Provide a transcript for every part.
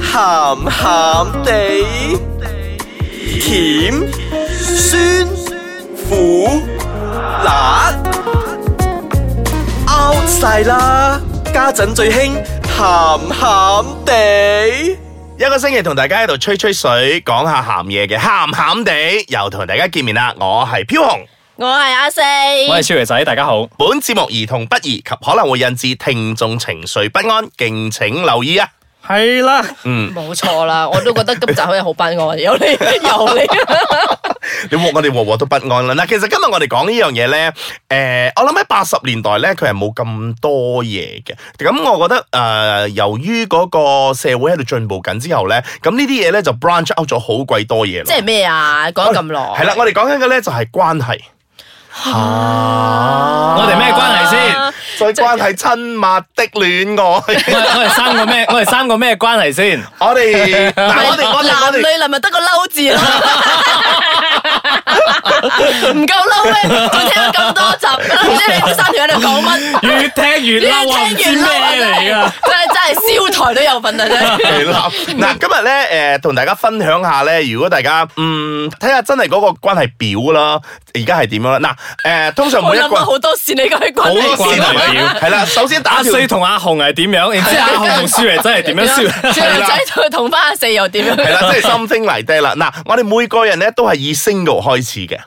鹹鹹地，甜酸苦辣 out 晒啦！家陣最興鹹鹹地。一個星期同大家喺度吹吹水，講下鹹嘢嘅，鹹鹹地又同大家見面啦！我係飄紅，我係阿四，我係超爺仔，大家好。本節目兒童不宜及可能會引致聽眾情緒不安，敬請留意啊！係啦，嗯，冇錯啦，我都覺得今集好似好不安， 有你有你，你我哋鑊鑊都不安啦。嗱，其實今日我哋講呢樣嘢咧，誒、我諗喺八十年代咧，佢係冇咁多嘢嘅。咁我覺得誒、呃由於嗰個社會喺度進步緊之後咧，咁呢啲嘢咧就 branch out 咗好鬼多嘢啦。即係咩啊？講咗咁耐，係啦，我哋講緊嘅咧就係關係。我哋咩關係先？啊最關係親密的戀 愛，我哋我哋三個咩？我哋三個咩關係先？我 哋啊嗱我哋我哋男我女哋係咪得個嬲字 啦？唔夠嬲咩？仲聽咗咁多集，唔知你哋三條喺度講乜？越聽越嬲啊！唔越知聽越咩嬲啊嚟噶？真係真係燒台都有份啊！真係。係 啦，嗱今日咧誒同大家分享下咧，如果大家嗯睇下真係嗰個關係表啦，而家係點樣啦？嗱誒通常我每一諗個咗好多線，你講關係好多線線啊 關係表係啦，首先打阿條四同阿紅係點樣？然之後阿紅同少爺仔係啊點 樣？少爺小係女啦仔同同翻阿四又點係樣？ 啦，即係心聲嚟低啦。嗱，我哋每個人咧都係以 single 開始嘅，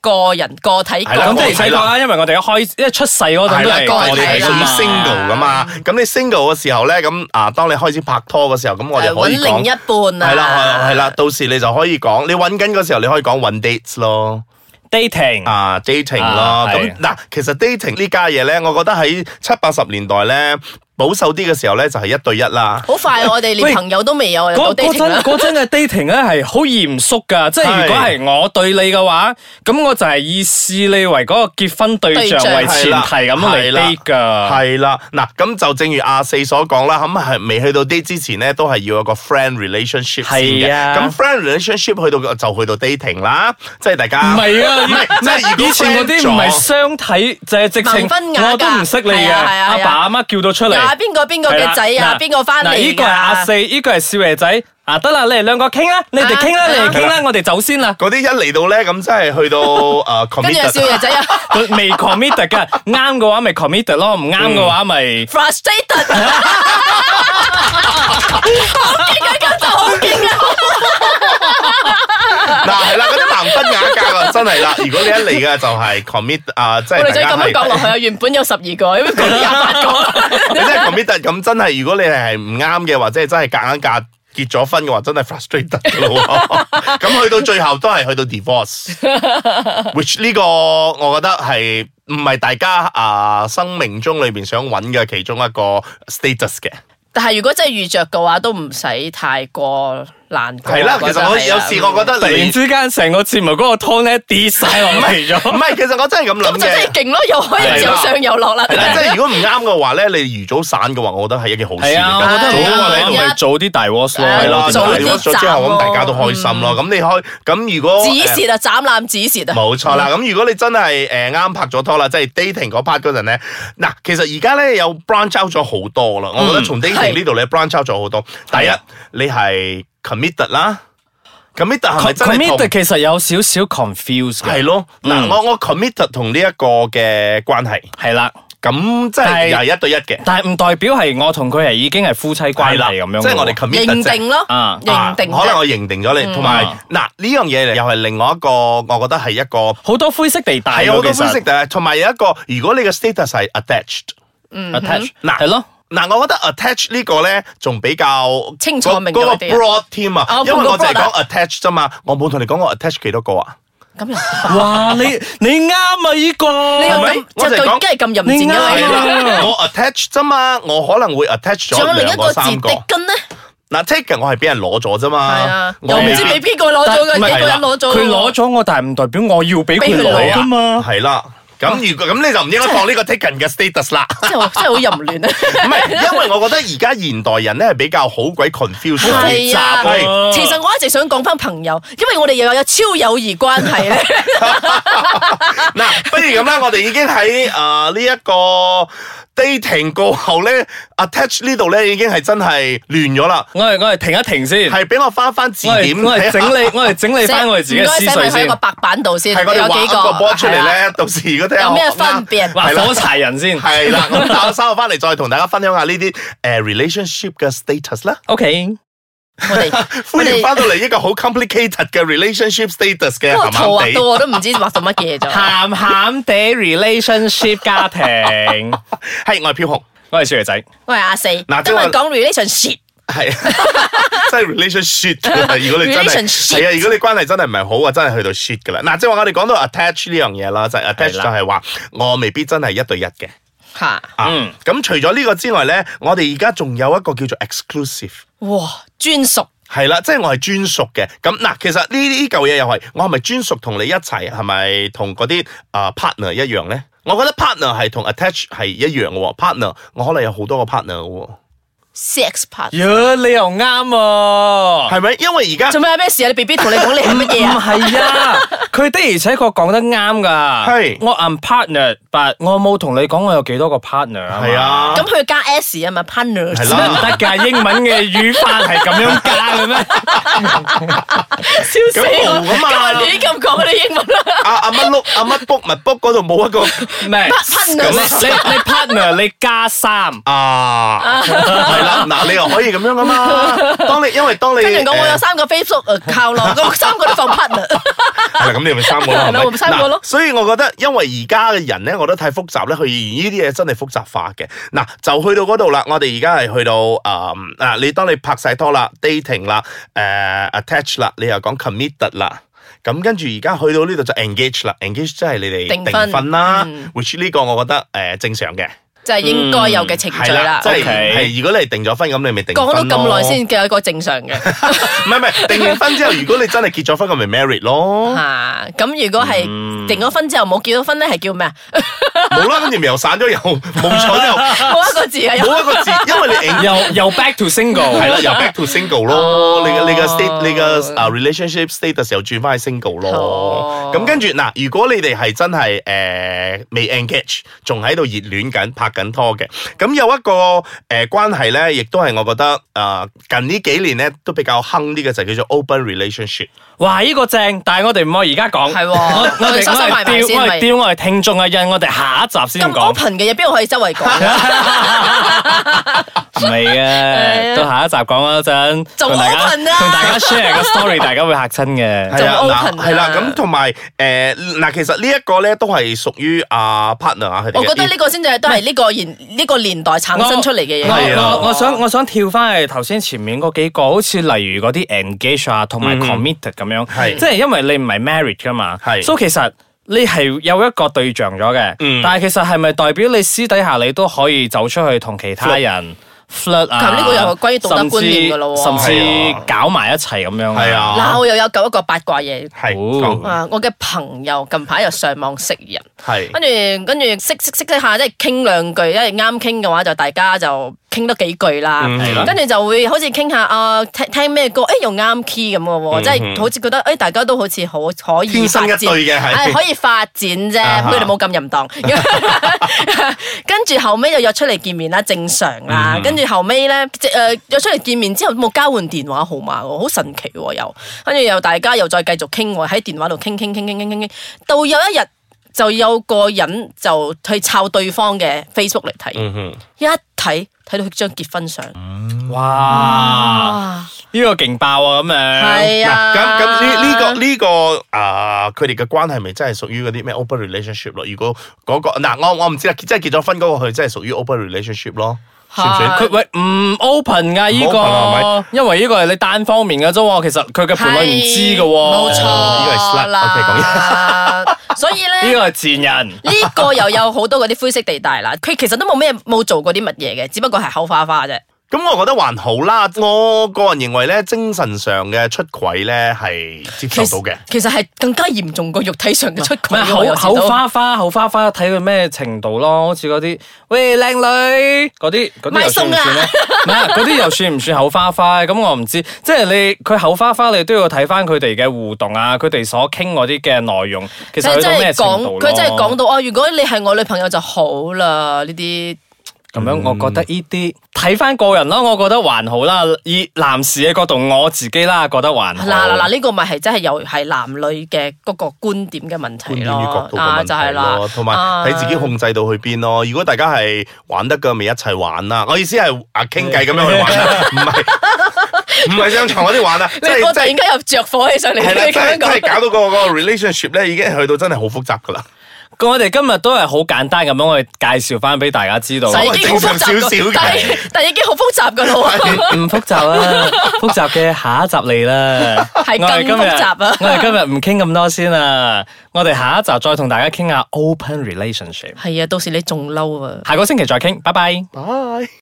個人個體個係啦咁我的而且確啦，因為我哋一開一出世哦嗰陣係都啦係，個我人我哋哋係嚟噶屬於嘛。 single 噶嘛。咁你 single 嘅時候咧，咁啊，當你開始拍拖嘅時候，咁我哋揾可以另講。一半啊，係啦，係啦，到時你就可以講，你揾緊嗰時候你可以講揾 dates 咯， dating 啊 dating 咯嗯啊，咁係嗱，其實 dating 呢家嘢咧，我覺得喺七八十年代咧保守啲嘅時候咧，就係一對一啦。好快我哋連朋友都未有啊，嗰到嗰 dating 陣啦。嗰陣嘅 dating 咧係好嚴肅噶，即係係如果係我對你嘅話，咁我就係以視你為嗰個結婚對對象象為前提咁係嚟啦 date 噶。係啦，嗱，咁就正如阿四所講啦，咁係未去到 date 之前咧，都係要有個 friend relationship 先嘅。係啊咁 friend relationship 去到就去到 dating 啦，即係大家唔係啊，唔係即係如果以前嗰啲 friend 唔係咗相睇，就係直盲情婚啞嫁我都唔識你嘅，係啊係啊阿係啊爸阿媽叫到出嚟又。係邊個邊個嘅仔係啊啦？邊個翻嚟嗱㗎？依個係阿四，依個係少爺仔。啊，得啦，你哋兩個傾啦，你哋傾啦，啊你哋係傾啦，我哋走先啦。嗰啲一嚟到咧，咁真係去 到呃誒跟住阿 commit 少爺仔啊佢未 commit 㗎，啱嘅話咪 commit 咯，唔啱嘅話咪。 ，frustrated，嗱係啦，嗰啲盲婚啞嫁啊，真係啦！如果你一嚟嘅就係 commit 啊，即我係哋大再家咁樣講落 係去啊，原本有十二個，咁講到廿八個，你真係 commit 啊咁，真係如果你係唔啱嘅，或者係真係夾硬嫁結咗婚嘅話，真係 frustrated 嘅咯 喎。咁去到最後都係去到 divorce，which 呢個我覺得係唔係大家啊生命中裏邊想揾嘅其中一個 status 嘅。但係如果真係遇着嘅話，都唔使太過難過。係啦，其實我覺得係有啊時我覺得突然你。之間，成個節目嗰個湯咧跌晒落嚟唔 咗。係，其實我真係咁咁諗就真嘅係。勁咯，又可以係啦有上有落啦。係啦，即係如果唔啱嘅話咧，你預早散嘅話，我覺得係一件好事嚟係啊，我㗎。覺得係啊好過你係啊咪早啲大 w a s 咯。係係啦，啦早咁啲你咗之後，咁大家都開心咯。咁你開咁如果指誒舌啊，斬攬指舌啊，冇錯啦，咁如果你真係誒啱拍咗拖啦，即係 dating 嗰 part 嗰陣咧，嗱，其實而家咧有 branch out 咗好多啦，我覺得從 dating 嗯係呢度你 branch out 咗好多。第係啊一，你係 committed 啦，committed 係咪真係 commit 同其實有少少 confuse 係嘅，咯？嗱，嗯我我 committed 同呢一個嘅關係，係啦，咁即係但係又係一對一嘅但係唔代表係我同佢係已經係夫妻關係啦係咁樣。即係我哋 committed 認啫定咯啊，認定可能啫。我認定咗你，同埋嗯嗱呢樣嘢又係另外一個，我覺得係一個好多灰色地帶喎。係好多其分實析，但係同埋有一個，如果你嘅 status 係 attached， attach 嗱係咯，嗱，我覺得 attach 呢個咧仲比較清楚嗰明嗰個白啲啊 broad 添啊哦，因為我就係嗰個 broad 講 attach 啫嘛，我冇同你講我 attach 幾多個啊，咁又哇！你你啱啊！依個你係又咪咁我就就係講對，梗係咁淫賤你嘅啱係你啊。啦， 我 attach 啫嘛，我可能會 attach 仲有咗另兩一個個字三個的。根咧，嗱 take 我係俾人攞咗啫係嘛啊，，我又唔未知必俾邊個攞咗嘅，但係啊幾個人攞咗嘅喎。佢攞咗我，但係唔代表我要俾俾佢佢攞攞噶嘛。係啦。咁如果咁你就唔應該放呢個 taken 嘅 status 啦。真係真係好淫亂啊！唔係，因為我覺得而家現代人咧係比較好鬼 confused 好複係啊雜係，其實我一直想講翻朋友，因為我哋又有超友誼關係 咧，啊嗱，不如咁啦，我哋已經喺誒呢一個 dating 過後咧，attach 呢度咧已經係真係亂咗啦，我哋我哋停一停先，係俾我翻翻字我典哋我哋睇下整理我哋整理翻我哋自己嘅思唔該寫緒埋喺先個，白板度先，係我哋有畫幾一個波出嚟係啊咧，到時如果睇下有咩學啦分別畫係啦火柴人先。係啦，咁稍稍後翻嚟再同大家分享下呢啲誒 relationship 嘅 status 啦。 O K，我 哋啊我歡迎哋翻到嚟一個好 complicated 嘅 relationship status 嘅嗰個鹹圖鹹畫到地。我都唔知畫到乜嘢咗。鹹鹹地 relationship 家 庭，係我係飄紅，我係小肥仔。我係阿四，今日即係話講 relationship，係啊 真係 relationship 㗎啦如果你真係 Relationship 係啊，如果你關係真係唔係好啊，真係去到 shit 噶啦。嗱，即係話我哋講到 attach 呢樣嘢啦，就係 attach 係就啦係話我未必真係一對一嘅。嚇，啊嗯，咁除咗呢個之外咧，我哋而家仲有一個叫做 exclusive。哇，專屬。係啦，即係我係專屬嘅。咁嗱，其實呢呢嚿嘢又係，我係咪專屬同你一齊？係咪同嗰啲啊 partner 一樣咧？我覺得 partner 係同 attach 係一樣嘅喎。partner 我可能有好多個 partner 嘅喎， sex part。哟，你又啱喎。係咪？因為而家做咩有咩事啊？你 B B 同你講你係乜嘢唔啊？係啊，佢的而且確講得啱噶。係我 I'm partner，but 我冇同你講我有幾多個 partner 啊嘛。係啊，咁佢加 S 啊嘛，partner。係得唔啦。得㗎？英文嘅語法係咁樣加 嘅咩？笑死咁我！冇㗎嘛今日亂咁講嗰啊啲英文啦。 阿啊阿乜碌阿乜 book 咪 book 嗰度冇一個唔係 partner 你你你 partner 你加三，啊，係 啦。嗱，你又可以咁樣噶嘛？當你因為當你跟住講我有誒嗯三個 Facebook 呃 account 咯，咁三個都放 partner。係啦，咁你咪 三個咯，係咪係咯三個咯嗱所以我覺得，因為而家嘅人咧，我覺得太複雜咧，佢呢啲嘢真係複雜化嘅。嗱，就去到嗰度啦，我哋而家係去到誒啊，你當你拍晒拖啦、dating 啦、誒、attach 啦，你又講 committed 啦。咁跟住而家去到呢度就 engage 啦，engage 即係你哋訂婚訂婚啦、嗯 w h i c h 呢個我覺得誒、呃正常嘅，就係應該有嘅程序係啦啦，。即係 OK 係如果你係訂咗婚咁，你咪訂講咗婚咯咁耐先，嘅一個正常 嘅唔係唔係訂完婚之後，如果你真係結咗婚，咁咪 married 咯，嚇。咁如果係嗯訂咗婚之後冇結到婚咧，係叫咩啊？冇啦，跟住咪又散咗，又冇咗 又。冇一個字啊，有冇一個字，因 為你 engage 又又 back to single，係啦，由 back to single 咯，你嘅你嘅 state 哦你嘅啊 relationship status 又轉翻去 single 咯哦。咁跟住嗱，如果你哋係真係誒未 engage，仲喺度熱戀緊、拍緊拖嘅，咁有一個誒關係咧，亦都係我覺得啊近呢幾年咧都比較坑呢個就叫做 open relationship。哇！呢個正，但係我哋唔可以而家講，係喎我我我哋哋收收埋我哋埋吊先我咪哋吊我哋聽眾嘅印，我哋下一集先咁講， open 嘅嘢，邊度可以周 圍講？啊啊唔係嘅，啊到下一集講嗰陣，就同大家 open 啦同大家 share 個 story，大家會嚇親嘅。係啊，就嗱 open 係啦，啊咁同埋誒嗱，其實呢一個咧都係屬於啊 partner 啊佢哋嘅。我覺得呢個先至係都係呢個年呢個年代產生出嚟嘅嘢。我係啊我我想我想跳翻去頭先前面嗰幾個，好似例如嗰啲 engage 啊，同埋 committed 咁樣，嗯係即係因為你唔係 married 噶嘛，係所以其實你係有一個對象咗嘅，嗯但係其實係咪代表你私底下你都可以走出去同其他人 flirt 啊？咁呢個又係關於道德觀念㗎咯喎甚至係甚啊至搞埋一齊咁樣。係，啊，嗱，我又有九一個八卦嘢。係哦講啊！我嘅朋友近排又上網識人，係。跟住跟住識識識識下，即係傾兩句，因為啱傾嘅話就大家就傾多幾句啦。嗯係啦跟住就會好似傾下啊，聽聽咩歌，誒又啱 key 咁嘅喎，即係好似覺得誒大家都好似好可以嗯天生發一展，對嘅係係可以發展啫，啊哈佢哋冇咁淫蕩。跟住後尾就約出嚟見面啦，正常啦。跟住後尾咧，即誒約出嚟見面之後冇交換電話號碼喎，好神奇喎又。跟住又大家又再繼續傾喎，喺電話度傾傾傾傾傾傾傾，到有一日就有個人就去抄對方嘅 Facebook 嚟睇，嗯哼。一睇睇到佢張結婚相，哇！啊，呢個勁爆啊！咁樣，係嗱，啊，咁咁呢呢個呢個啊，佢哋嘅關係咪真係屬於嗰啲咩 open relationship 咯？如果嗰個嗱，我我唔知啦，真係結咗婚嗰個佢真係屬於 open relationship 咯，算唔算？係佢喂唔 open 噶唔呢 open 啊個，因為呢個係你單方面嘅啫喎，其實佢嘅伴侶唔知嘅喎，冇呢個係 slut，錯啦。所以呢咧，個係賤人。呢個又有好多嗰啲灰色地 帶啦。佢其實都冇咩冇做過啲乜嘢嘅，只不過係口花花啫。咁我覺得還好啦，我個人認為咧，精神上嘅出軌咧係接其受到嘅。其實係更加嚴重過肉體上嘅出唔係軌。我口有時口都花花，口花花睇佢咩程度咯，好似嗰啲喂靚女嗰啲嗰啲買啊又算唔算 咧？唔係嗰啲又算唔算口花花？咁我唔知，即係你佢口花花，你都要睇翻佢哋嘅互動啊，佢哋所傾嗰啲嘅內容，其實佢去到真咩係程度講，咯佢真係講到哦，如果你係我女朋友就好啦，呢啲咁樣我覺得呢啲睇翻個人啦，我覺得還好啦。以男士嘅角度，我自己啦覺得還好。嗱嗱嗱，呢個咪係真係又係男女嘅嗰個觀點嘅觀問題點與角咯度，啊嘅問就係題啦啊咯，，同埋睇自己控制到去邊咯。如果大家係玩得嘅，咪一齊玩啦。我意思係啊，傾偈咁樣去玩 啦，唔係唔係上床嗰啲玩啊，即你係我突即然係間又着火起上嚟，係啦，你即咁樣係即係講。搞到個個 relationship 咧，已經去到真係好複雜噶啦。咁我哋今日都係好簡單咁樣，我哋介紹翻俾大家知道。但係已經好複雜正常少少㗎嘅但係但係已經好複雜噶咯喎。唔複 雜啦，複雜嘅下一集嚟啦。係更我哋今日複雜啊我哋今日唔傾咁多先啦，我哋下一集再同大家傾下 open relationship。係啊，到時你仲嬲啊！下個星期再傾，拜拜。 Bye。